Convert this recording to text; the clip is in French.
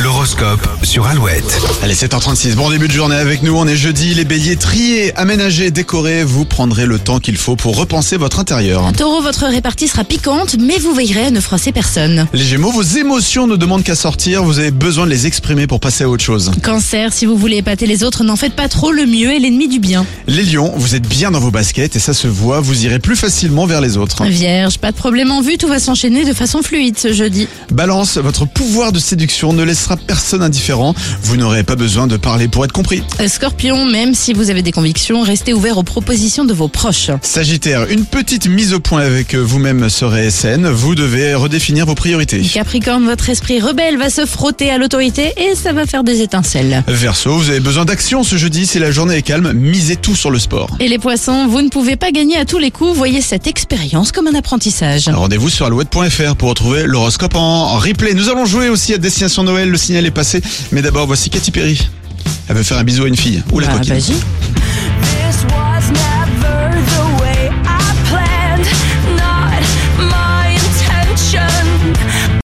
L'horoscope sur Alouette. Allez, 7h36, bon début de journée avec nous, on est jeudi, les béliers triés, aménagés, décorés, vous prendrez le temps qu'il faut pour repenser votre intérieur. Taureau, votre répartie sera piquante, mais vous veillerez à ne froisser personne. Les gémeaux, vos émotions ne demandent qu'à sortir, vous avez besoin de les exprimer pour passer à autre chose. Cancer, si vous voulez épater les autres, n'en faites pas trop, le mieux est l'ennemi du bien. Les lions, vous êtes bien dans vos baskets et ça se voit, vous irez plus facilement vers les autres. Vierge, pas de problème en vue, tout va s'enchaîner de façon fluide ce jeudi. Balance, votre pouvoir de séduction ne laissera personne indifférent, vous n'aurez pas besoin de parler pour être compris. Euh, Scorpion, même si vous avez des convictions, restez ouvert aux propositions de vos proches. Sagittaire, une petite mise au point avec vous-même serait saine, vous devez redéfinir vos priorités. Capricorne, votre esprit rebelle va se frotter à l'autorité et ça va faire des étincelles. Verseau, vous avez besoin d'action ce jeudi, si la journée est calme, misez tout sur le sport. Et les poissons, vous ne pouvez pas gagner à tous les coups, voyez cette expérience comme un apprentissage. Rendez-vous sur alouette.fr pour retrouver l'horoscope en replay. Nous allons jouer aussi à Destination Noël, le signal est passé. Mais d'abord, voici Katy Perry. Elle veut faire un bisou à une fille. Ou la Bah, coquine. vas-y.